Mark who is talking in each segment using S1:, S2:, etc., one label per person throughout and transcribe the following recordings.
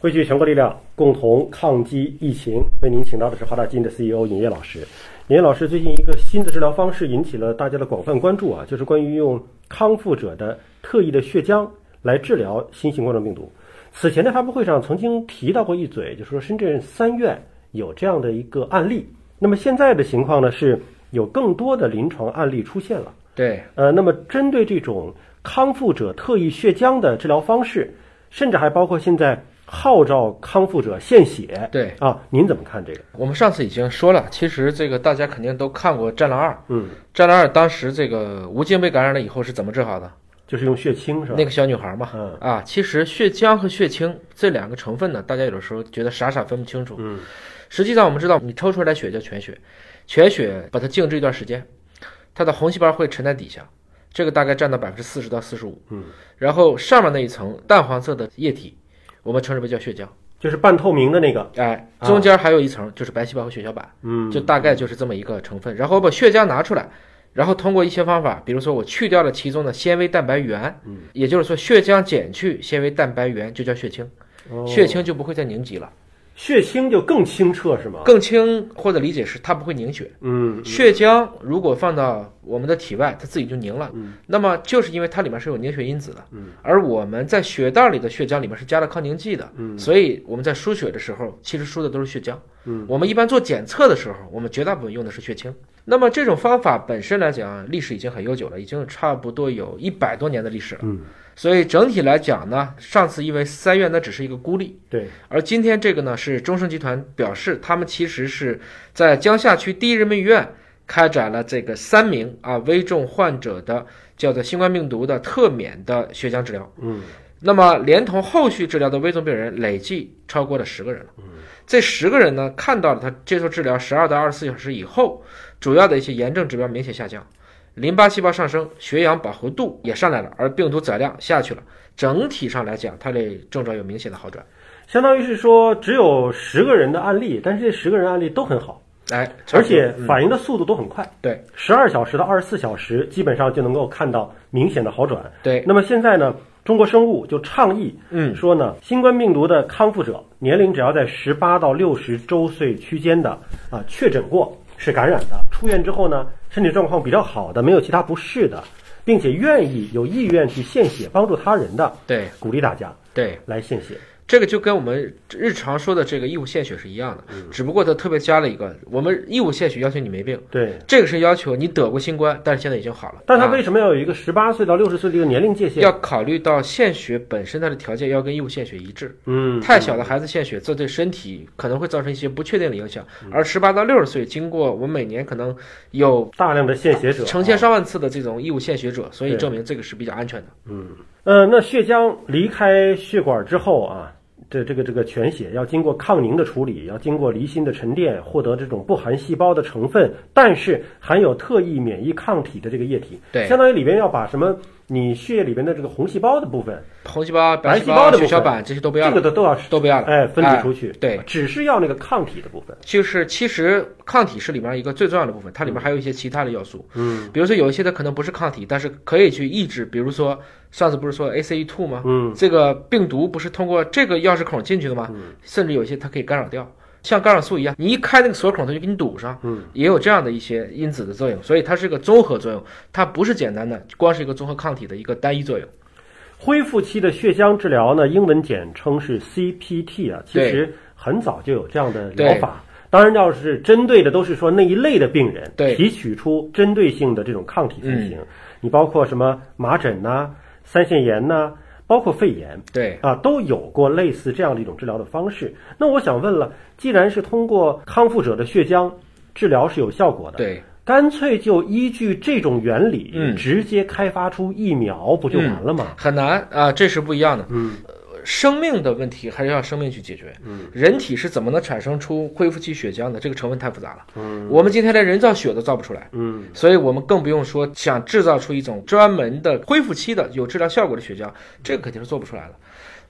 S1: 汇聚全国力量，共同抗击疫情。为您请到的是华大基因的 CEO 尹烨老师。尹烨老师最近一个新的治疗方式引起了大家的广泛关注啊，就是关于用康复者的特异的血浆来治疗新型冠状病毒。此前的发布会上曾经提到过一嘴，就是说深圳三院有这样的一个案例。那么现在的情况呢，是有更多的临床案例出现了。
S2: 对，
S1: 呃，那么针对这种康复者特异血浆的治疗方式，甚至还包括现在号召康复者献血，
S2: 对
S1: 啊，您怎么看这个？
S2: 我们上次已经说了，其实这个大家肯定都看过《战狼二》，《
S1: 嗯，
S2: 战狼二》当时这个吴京被感染了以后是怎么治好的？
S1: 就是用血清是吧？
S2: 那个小女孩嘛，
S1: 嗯
S2: 啊，其实血浆和血清这两个成分呢，大家有的时候觉得傻傻分不清楚。
S1: 嗯
S2: 实际上我们知道，你抽出来的血叫全血，全血把它静置一段时间，它的红细胞会沉在底下，这个大概占到百分之四十到四十五。
S1: 嗯，
S2: 然后上面那一层淡黄色的液体，我们称之为叫血浆。
S1: 就是半透明的那个，
S2: 哎，
S1: 啊
S2: 中间还有一层就是白细胞和血小板。
S1: 嗯，
S2: 就大概就是这么一个成分。然后把血浆拿出来，然后通过一些方法，比如说我去掉了其中的纤维蛋白原，
S1: 嗯
S2: 也就是说血浆减去纤维蛋白原就叫血清，
S1: 哦
S2: 血清就不会再凝集了。
S1: 血清就更清澈是吗？
S2: 更清或者理解是它不会凝血。
S1: 嗯，
S2: 血浆如果放到我们的体外，它自己就凝了。
S1: 嗯
S2: 那么就是因为它里面是有凝血因子的，
S1: 嗯
S2: 而我们在血袋里的血浆里面是加了抗凝剂的，
S1: 嗯
S2: 所以我们在输血的时候，其实输的都是血浆。
S1: 嗯
S2: 我们一般做检测的时候，我们绝大部分用的是血清。那么这种方法本身来讲，历史已经很悠久了，已经差不多有一百多年的历史了。
S1: 嗯，
S2: 所以整体来讲呢，上次因为三院呢只是一个孤立，
S1: 对，
S2: 而今天这个呢，是中盛集团表示，他们其实是在江夏区第一人民医院开展了这个三名啊危重患者的叫做新冠病毒的特免的血浆治疗。
S1: 嗯
S2: 那么，连同后续治疗的危重病人累计超过了十个人了。这十个人呢，看到了他接受治疗十二到二十四小时以后，主要的一些炎症指标明显下降，淋巴细胞上升，血氧饱和度也上来了，而病毒载量下去了。整体上来讲，他的症状有明显的好转。
S1: 相当于是说只有十个人的案例，但是这十个人案例都很好，
S2: 哎，差
S1: 而
S2: 不多
S1: 且反应的速度都很快。
S2: 对
S1: 十二小时到二十四小时，基本上就能够看到明显的好转。
S2: 对，
S1: 那么现在呢，中国生物就倡议，
S2: 嗯
S1: 说呢，新冠病毒的康复者年龄只要在十八到六十周岁区间的啊，确诊过是感染的，出院之后呢，身体状况比较好的，没有其他不适的，并且愿意有意愿去献血帮助他人的，
S2: 对
S1: 鼓励大家
S2: 对，
S1: 来献血。
S2: 这个就跟我们日常说的这个义务献血是一样的，
S1: 嗯
S2: 只不过它特别加了一个，我们义务献血要求你没病，
S1: 对，
S2: 这个是要求你得过新冠，但是现在已经好了。
S1: 但他
S2: 啊
S1: 为什么要有一个十八岁到六十岁的一个年龄界限？
S2: 要考虑到献血本身它的条件要跟义务献血一致。
S1: 嗯，
S2: 太小的孩子献血，这对身体可能会造成一些不确定的影响。
S1: 嗯
S2: 而十八到六十岁，经过我们每年可能有
S1: 大量的献血者
S2: 成千上万次的这种义务献血者，所以
S1: 对
S2: 证明这个是比较安全的。
S1: 呃，那血浆离开血管之后啊，这这个这个全血要经过抗凝的处理，要经过离心的沉淀，获得这种不含细胞的成分，但是含有特异免疫抗体的这个液体，
S2: 对
S1: 相当于里边要把什么你血液里边的这个红细胞的部分，
S2: 红细胞、
S1: 白
S2: 白
S1: 细胞的部
S2: 血小
S1: 分
S2: 板这些都不要
S1: 这
S2: 了
S1: 个，都都要
S2: 都不要了。啊
S1: 哎分离出去，
S2: 对，
S1: 只是要那个抗体的部分，
S2: 就是其实抗体是里面一个最重要的部分，它里面还有一些其他的要素，
S1: 嗯
S2: 比如说有一些它可能不是抗体，但是可以去抑制，比如说上次不是说 ACE2 吗？
S1: 嗯
S2: 这个病毒不是通过这个钥匙孔进去的吗？甚至有一些它可以干扰掉，像干扰素一样，你一开那个锁孔，它就给你堵上。
S1: 嗯，
S2: 也有这样的一些因子的作用，所以它是个综合作用，它不是简单的光是一个综合抗体的一个单一作用。
S1: 恢复期的血浆治疗呢，英文简称是 CPT 啊，其
S2: 对
S1: 实很早就有这样的疗
S2: 对
S1: 法。当然，要是针对的都是说那一类的病人，
S2: 对嗯
S1: 提取出针对性的这种抗体才行。你包括什么麻疹呐、腮腺炎呐、包括肺炎
S2: 对，
S1: 啊，都有过类似这样的一种治疗的方式。那我想问了，既然是通过康复者的血浆治疗是有效果的，
S2: 对，
S1: 干脆就依据这种原理，
S2: 嗯
S1: 直接开发出疫苗不就完了吗？
S2: 很难啊、这是不一样的。
S1: 嗯
S2: 生命的问题还是要生命去解决。
S1: 嗯，
S2: 人体是怎么能产生出恢复期血浆的？这个成分太复杂了。
S1: 嗯，
S2: 我们今天连人造血都造不出来，
S1: 嗯
S2: 所以我们更不用说想制造出一种专门的恢复期的有治疗效果的血浆，这个肯定是做不出来的。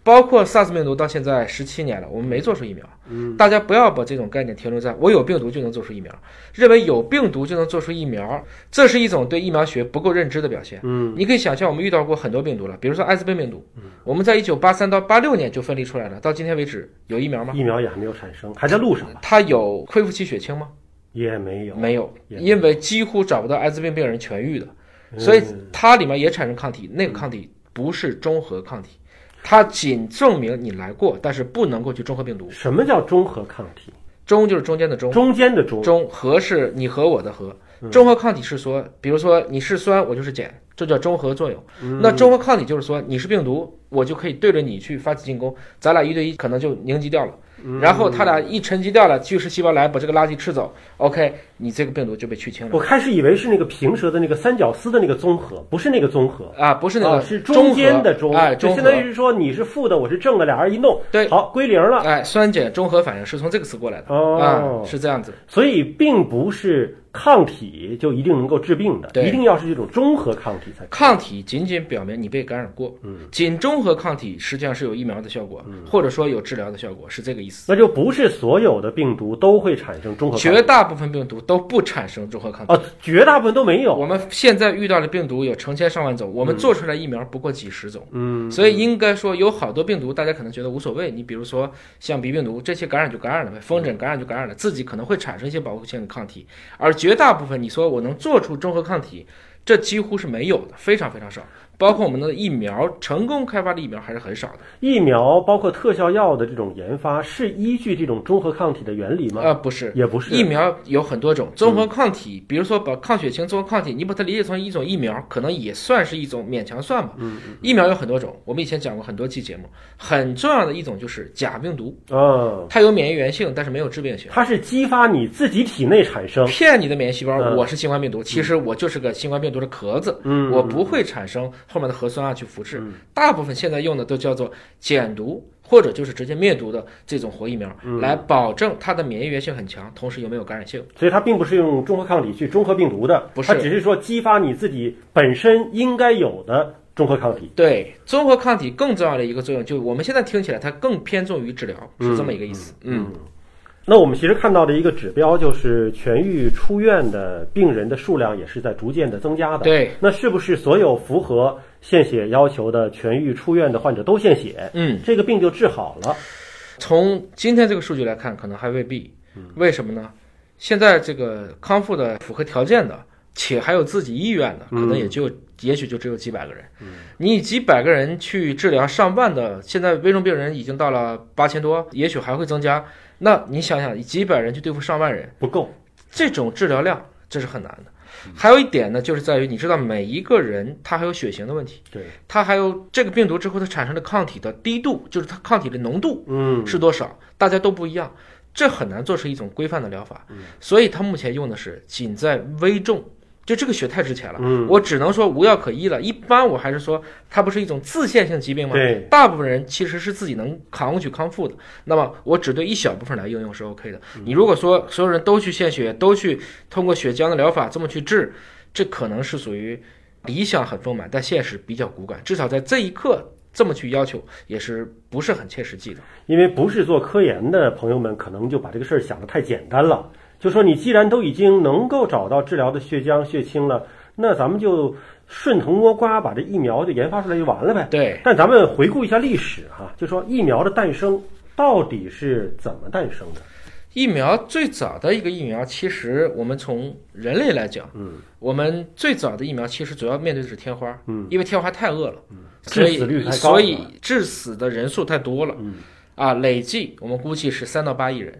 S2: 包括 SARS 病毒到现在十七年了，我们没做出疫苗。
S1: 嗯，
S2: 大家不要把这种概念停留在我有病毒就能做出疫苗，认为有病毒就能做出疫苗，这是一种对疫苗学不够认知的表现。
S1: 嗯，
S2: 你可以想象，我们遇到过很多病毒了，比如说艾滋病病毒，我们在一九八三到八六年就分离出来了，到今天为止有疫苗吗？嗯
S1: 疫苗也还没有产生，还在路上吧？
S2: 它有恢复期血清吗？
S1: 也没嗯有。
S2: 没有，
S1: 也
S2: 因为几乎找不到艾滋病病人痊愈的，嗯所
S1: 嗯
S2: 以它里面也产生抗体，那个抗体不是中和抗体，它仅证明你来过，但是不能够去中和病毒。
S1: 什么叫中和抗体？
S2: 中就是中间的中，
S1: 中嗯间的中，
S2: 中和是你和我的和。中和抗体是说，比如说你是酸，我就是碱，这叫中和作用。
S1: 嗯
S2: 那中和抗体就是说你是病毒，我就可以对着你去发起进攻，咱俩一对一可能就凝集掉了。
S1: 嗯
S2: 然后它俩一沉积掉了，巨噬细胞来把这个垃圾吃走，OK，你这个病毒就被去清了。
S1: 我开始以为是那个平舌的那个三角丝的那个综合，不是那个综合。
S2: 啊，不是那个，
S1: 啊是中间的中，
S2: 中和哎，
S1: 就
S2: 中
S1: 相当
S2: 和，
S1: 于是说你是负的，我是正的，俩人一弄，
S2: 对
S1: 好归零了。
S2: 哎，酸碱中和反应是从这个词过来的，
S1: 哦
S2: 啊，是这样子，
S1: 所以并不是抗体就一定能够治病的，
S2: 对
S1: 一定要是这种中和抗体才。
S2: 抗体仅仅表明你被感染过，嗯，仅中和抗体实际上是有疫苗的效果，
S1: 嗯
S2: 或者说有治疗的效果，是这个意思。
S1: 那就不是所有的病毒都会产生中和抗体
S2: 绝大部分病毒都不产生中和抗体。
S1: 哦，绝大部分都没有。
S2: 我们现在遇到的病毒有成千上万种，我们做出来疫苗不过几十种，
S1: 嗯，
S2: 所以应该说有好多病毒大家可能觉得无所谓。你比如说像鼻病毒这些感染就感染了呗，风疹感染就感染了，自己可能会产生一些保护性抗体，而绝大部分你说我能做出中和抗体，这几乎是没有的，非常非常少。包括我们的疫苗成功开发的疫苗还是很少的。
S1: 疫苗包括特效药的这种研发是依据这种中和抗体的原理吗？
S2: 呃，不是，
S1: 也不是嗯
S2: 疫苗有很多种，综合抗体，比如说把抗血清综合抗体，你把它理解成一种疫苗，可能也算是一种，勉强算吧。嗯，疫苗有很多种，我们以前讲过很多期节目，很重要的一种就是假病毒，
S1: 嗯，
S2: 它有免疫原性，但是没有致病性。
S1: 它是激发你自己体内产生。
S2: 骗你的免疫细胞，
S1: 嗯
S2: 我是新冠病毒，其实我就是个新冠病毒的壳子，
S1: 嗯
S2: 我不会产生后面的核酸啊去复制。大部分现在用的都叫做减毒，或者就是直接灭毒的这种活疫苗，
S1: 嗯
S2: 来保证它的免疫原性很强，同时又没有感染性。
S1: 所以它并不是用中和抗体去中和病毒的，
S2: 不是
S1: 它只是说激发你自己本身应该有的中和抗体。
S2: 对，综合抗体更重要的一个作用，就我们现在听起来它更偏重于治疗，是这么一个意思。嗯，
S1: 那我们其实看到的一个指标就是痊愈出院的病人的数量也是在逐渐的增加的。
S2: 对，嗯
S1: 那是不是所有符合献血要求的痊愈出院的患者都献血？
S2: 嗯，
S1: 这个病就治好了。
S2: 从今天这个数据来看，可能还未必。为什么呢？现在这个康复的符合条件的，且还有自己意愿的，可能也就、也许就只有几百个人。你以几百个人去治疗上万的，现在危重病人已经到了八千多，也许还会增加。那你想想，以几百人去对付上万人，
S1: 不够，
S2: 这种治疗量这是很难的。还有一点呢，就是在于你知道每一个人他还有血型的问题，
S1: 对，
S2: 他还有这个病毒之后它产生的抗体的低度，就是它抗体的浓度
S1: 嗯，
S2: 是多少，大家都不一样，这很难做出一种规范的疗法。
S1: 嗯
S2: 所以他目前用的是仅在危重，就这个血太值钱了，
S1: 嗯
S2: 我只能说无药可医了。一般我还是说它不是一种自限性疾病吗？
S1: 对，
S2: 大部分人其实是自己能扛过去康复的。那么我只对一小部分来应用是 OK 的。
S1: 嗯
S2: 你如果说所有人都去献血，都去通过血浆的疗法这么去治，这可能是属于理想很丰满，但现实比较骨感。至少在这一刻这么去要求，也是不是很切实际的。
S1: 因为不是做科研的朋友们，可能就把这个事儿想得太简单了。就说你既然都已经能够找到治疗的血浆、血清了，那咱们就顺藤摸瓜，把这疫苗就研发出来就完了呗。
S2: 对，
S1: 但咱们回顾一下历史哈、就说疫苗的诞生到底是怎么诞生的？
S2: 疫苗最早的一个疫苗，其实我们从人类来讲，嗯，我们最早的疫苗其实主要面对的是天花，嗯，因为天花太饿了，嗯，所
S1: 致死率太
S2: 以
S1: 高
S2: 所以
S1: 了
S2: 致死的人数太多了，嗯，啊，累计我们估计是三到八亿人，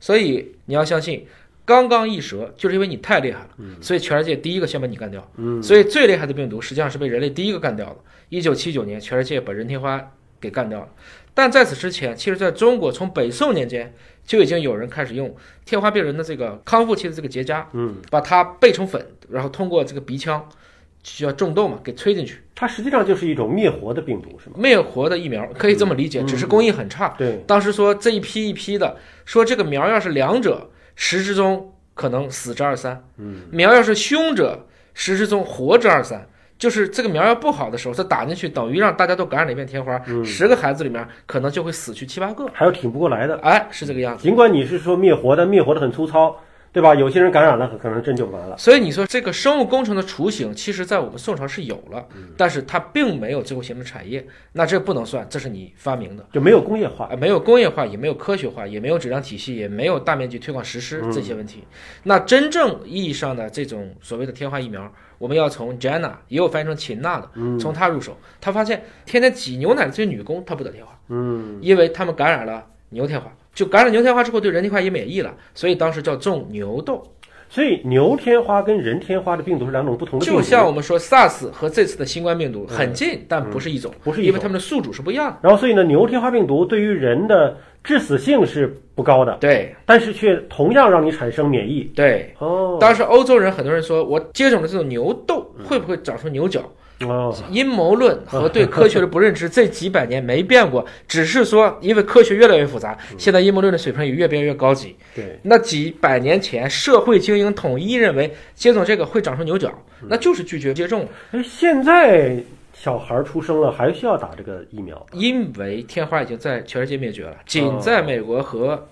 S2: 所以你要相信。刚刚一折，就是因为你太厉害了，
S1: 嗯
S2: 所以全世界第一个先把你干掉。所以最厉害的病毒实际上是被人类第一个干掉的。一九七九年，全世界把人天花给干掉了。但在此之前，其实在中国从北宋年间就已经有人开始用天花病人的这个康复期的这个结痂，
S1: 嗯，
S2: 把它焙成粉，然后通过这个鼻腔，就叫种豆嘛，给吹进去。
S1: 它实际上就是一种灭活的病毒，是吗？
S2: 灭活的疫苗可以这么理解，只是工艺很差。
S1: 对，
S2: 当时说这一批一批的，说这个苗要是良者，十之中可能死之二三；苗要是凶者，十之中活之二三。就是这个苗药不好的时候，它打进去等于让大家都感染了一遍天花，十个孩子里面可能就会死去七八个。
S1: 还有挺不过来的。
S2: 哎，是这个样子。
S1: 尽管你是说灭活，但灭活的很粗糙，对吧？有些人感染了，可能真就完了。
S2: 所以你说这个生物工程的雏形，其实在我们宋朝是有了，但是它并没有最后形成产业，那这不能算，这是你发明的。
S1: 就没有工业化，
S2: 啊，没有工业化，也没有科学化，也没有质量体系，也没有大面积推广实施这些问题。那真正意义上的这种所谓的天花疫苗，我们要从 Jenna，也有翻译成秦娜的，从她入手。她发现天天挤牛奶的这些女工，她不得天花，嗯，因为她们感染了牛天花，就感染牛天花之后对人体化也免疫了，所以当时叫种牛痘。
S1: 所以牛天花跟人天花的病毒是两种不同的病毒。嗯
S2: 就像我们说 SARS 和这次的新冠病毒很近，但不是一种，
S1: 不是一
S2: 因为
S1: 种
S2: 它们的宿主是不一样的。
S1: 然后，所以呢，牛天花病毒对于人的致死性是不高的，
S2: 对
S1: 但是却同样让你产生免疫。
S2: 对，
S1: 哦嗯
S2: 当时欧洲人很多人说，我接种了这种牛痘会不会长出牛角？
S1: 哦，
S2: 阴谋论和对科学的不认 知，这几百年没变过，只是说因为科学越来越复杂，
S1: 嗯
S2: 现在阴谋论的水平也越变越高级。
S1: 对，
S2: 那几百年前，社会精英统一认为接种这个会长出牛角，
S1: 嗯
S2: 那就是拒绝接种，
S1: 哎，现在小孩出生了还需要打这个疫苗？
S2: 因为天花已经在全世界灭绝了，仅
S1: 哦
S2: 在美国和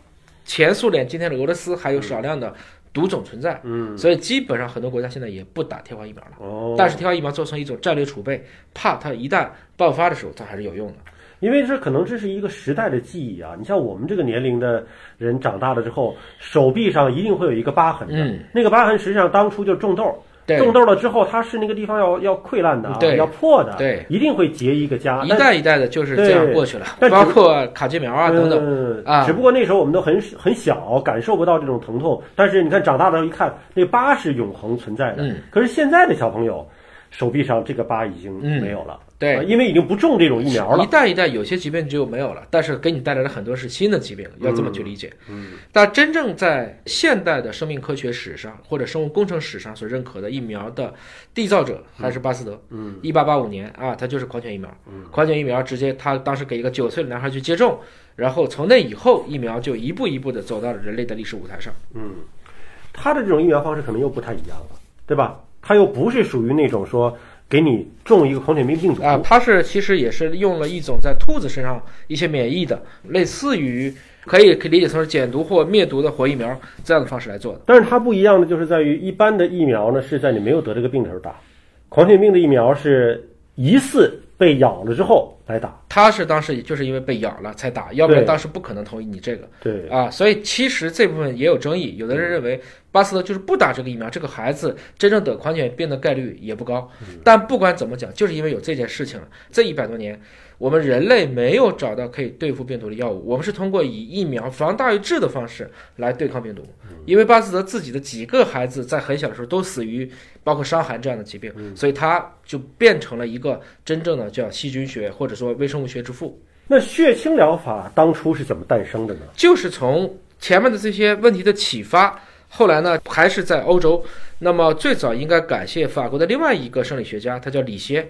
S2: 前苏联、今天的俄罗斯还有少量的毒种存在，
S1: 嗯，
S2: 所以基本上很多国家现在也不打天花疫苗了。
S1: 哦，
S2: 但是天花疫苗做成一种战略储备，怕它一旦爆发的时候，它还是有用的。
S1: 因为这可能这是一个时代的记忆啊。你像我们这个年龄的人长大了之后，手臂上一定会有一个疤痕的，
S2: 嗯
S1: 那个疤痕实际上当初就是种痘。
S2: 对，
S1: 种痘了之后，它是那个地方要要溃烂的、啊，
S2: 对
S1: 要破的，
S2: 对，
S1: 一定会结一个痂。
S2: 一
S1: 但
S2: 代一代的就是这样
S1: 啊对
S2: 过去了，
S1: 但只
S2: 包括卡介苗啊等等。
S1: 嗯
S2: 啊
S1: 只不过那时候我们都很很小，感受不到这种疼痛。但是你看长大了，一看那疤是永恒存在的。
S2: 嗯
S1: 可是现在的小朋友，手臂上这个疤已经
S2: 嗯
S1: 没有了，
S2: 对
S1: 啊因为已经不种这种疫苗
S2: 一
S1: 了。
S2: 代一代，有些疾病只有没有了，但是给你带来了很多是新的疾病，要这么去理解。嗯，但真正在现代的生命科学史上或者生物工程史上所认可的疫苗的缔造者还是巴斯德。嗯，一八八五年啊，他就是狂犬疫苗。嗯，狂犬疫苗直接他当时给一个九岁的男孩去接种，然后从那以后，疫苗就一步一步的走到了人类的历史舞台上。
S1: 他的这种疫苗方式可能又不太一样了，对吧？他又不是属于那种说给你种一个狂犬病病毒
S2: 啊，它是其实也是用了一种在兔子身上一些免疫的，类似于可以可以理解成是减毒或灭毒的活疫苗这样的方式来做的。
S1: 但是它不一样的就是在于，一般的疫苗呢是在你没有得这个病的时候打，狂犬病的疫苗是疑似被咬了之后来打。
S2: 他是当时就是因为被咬了才打，要不然
S1: 对
S2: 当时不可能同意你这个
S1: 对，
S2: 啊。所以其实这部分也有争议，有的人认为巴斯德就是不打这个疫苗，这个孩子真正得狂犬病的概率也不高。但不管怎么讲，就是因为有这件事情了，这一百多年我们人类没有找到可以对付病毒的药物，我们是通过以疫苗防大于治的方式来对抗病毒。因为巴斯德自己的几个孩子在很小的时候都死于包括伤寒这样的疾病，所以他就变成了一个真正的叫细菌学或者说微生物学之父。
S1: 那血清疗法当初是怎么诞生的呢？
S2: 就是从前面的这些问题的启发，后来呢，还是在欧洲。那么最早应该感谢法国的另外一个生理学家，他叫李歇，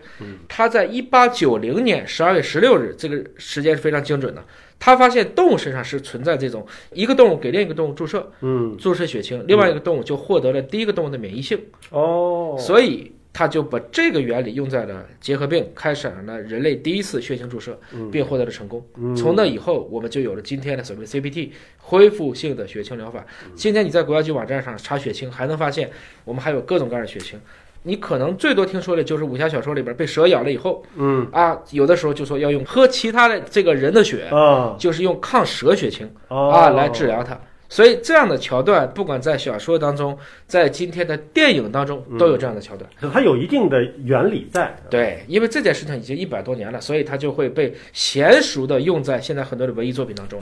S2: 他在一八九零年十二月十六日，这个时间是非常精准的。他发现动物身上是存在这种一个动物给另一个动物注射，
S1: 嗯，
S2: 注射血清，另外一个动物就获得了第一个动物的免疫性，
S1: 哦，
S2: 所以他就把这个原理用在了结核病，开展了人类第一次血清注射，并获得了成功。
S1: 嗯
S2: 从那以后，我们就有了今天的所谓 CPT 恢复性的血清疗法。
S1: 嗯
S2: 今天你在国家局网站上查血清，还能发现我们还有各种各样的血清。你可能最多听说的就是武侠小说里边被蛇咬了以后
S1: 嗯
S2: 啊，有的时候就说要用喝其他的这个人的血，
S1: 啊
S2: 就是用抗蛇血清
S1: 哦
S2: 哦啊来治疗它。所以这样的桥段，不管在小说当中，在今天的电影当中，
S1: 嗯
S2: 都有这样的桥段。
S1: 它有一定的原理在。
S2: 对，因为这件事情已经一百多年了，所以它就会被娴熟的用在现在很多的文艺作品当中。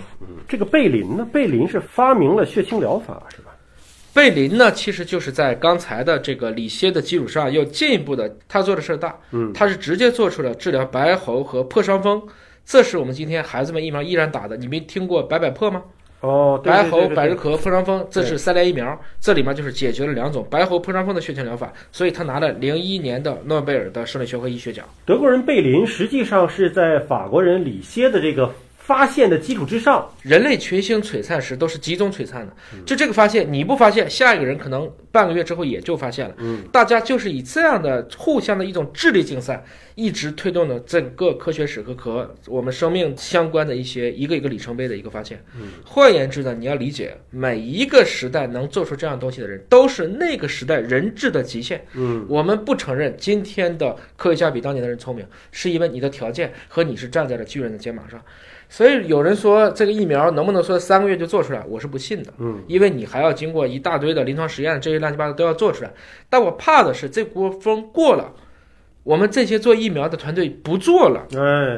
S1: 这个贝林呢？贝林是发明了血清疗法是吧？
S2: 贝林呢，其实就是在刚才的这个李歇的基础上，又进一步的，他做的事儿大，
S1: 嗯，
S2: 他是直接做出了治疗白喉和破伤风。这是我们今天孩子们疫苗依然打的，你没听过百百破吗？
S1: 哦，对
S2: 白喉、
S1: 对对对
S2: 百日咳、破伤风，这
S1: 对
S2: 是三联疫苗，这里面就是解决了两种白喉、破伤风的血清疗法，所以他拿了零一年的诺贝尔的生理学和医学奖。
S1: 德国人贝林实际上是在法国人李歇的这个发现的基础之上，
S2: 人类群星璀璨时都是集中璀璨的，就这个发现你不发现，下一个人可能半个月之后也就发现了。
S1: 嗯，
S2: 大家就是以这样的互相的一种智力竞赛，一直推动了整个科学史和和我们生命相关的一些一个一个里程碑的一个发现。
S1: 嗯，
S2: 换言之呢，你要理解每一个时代能做出这样东西的人，都是那个时代人质的极限。
S1: 嗯，
S2: 我们不承认今天的科学家比当年的人聪明，是因为你的条件和你是站在了巨人的肩膀上。所以有人说这个疫苗能不能说三个月就做出来，我是不信的。
S1: 嗯，
S2: 因为你还要经过一大堆的临床实验，这些乱七八糟都要做出来。但我怕的是这波风过了，我们这些做疫苗的团队不做了，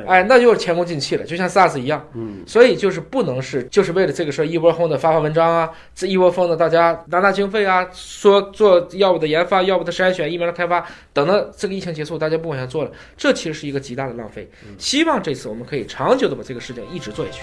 S1: 哎，
S2: 哎，那就是前功尽弃了，就像 SARS 一样。
S1: 嗯，
S2: 所以就是不能是，就是为了这个事儿一窝蜂的发发文章啊，这一窝蜂的大家拿大经费啊，说做药物的研发、药物的筛选、疫苗的开发，等到这个疫情结束，大家不往下做了，这其实是一个极大的浪费。希望这次我们可以长久的把这个事情一直做下去。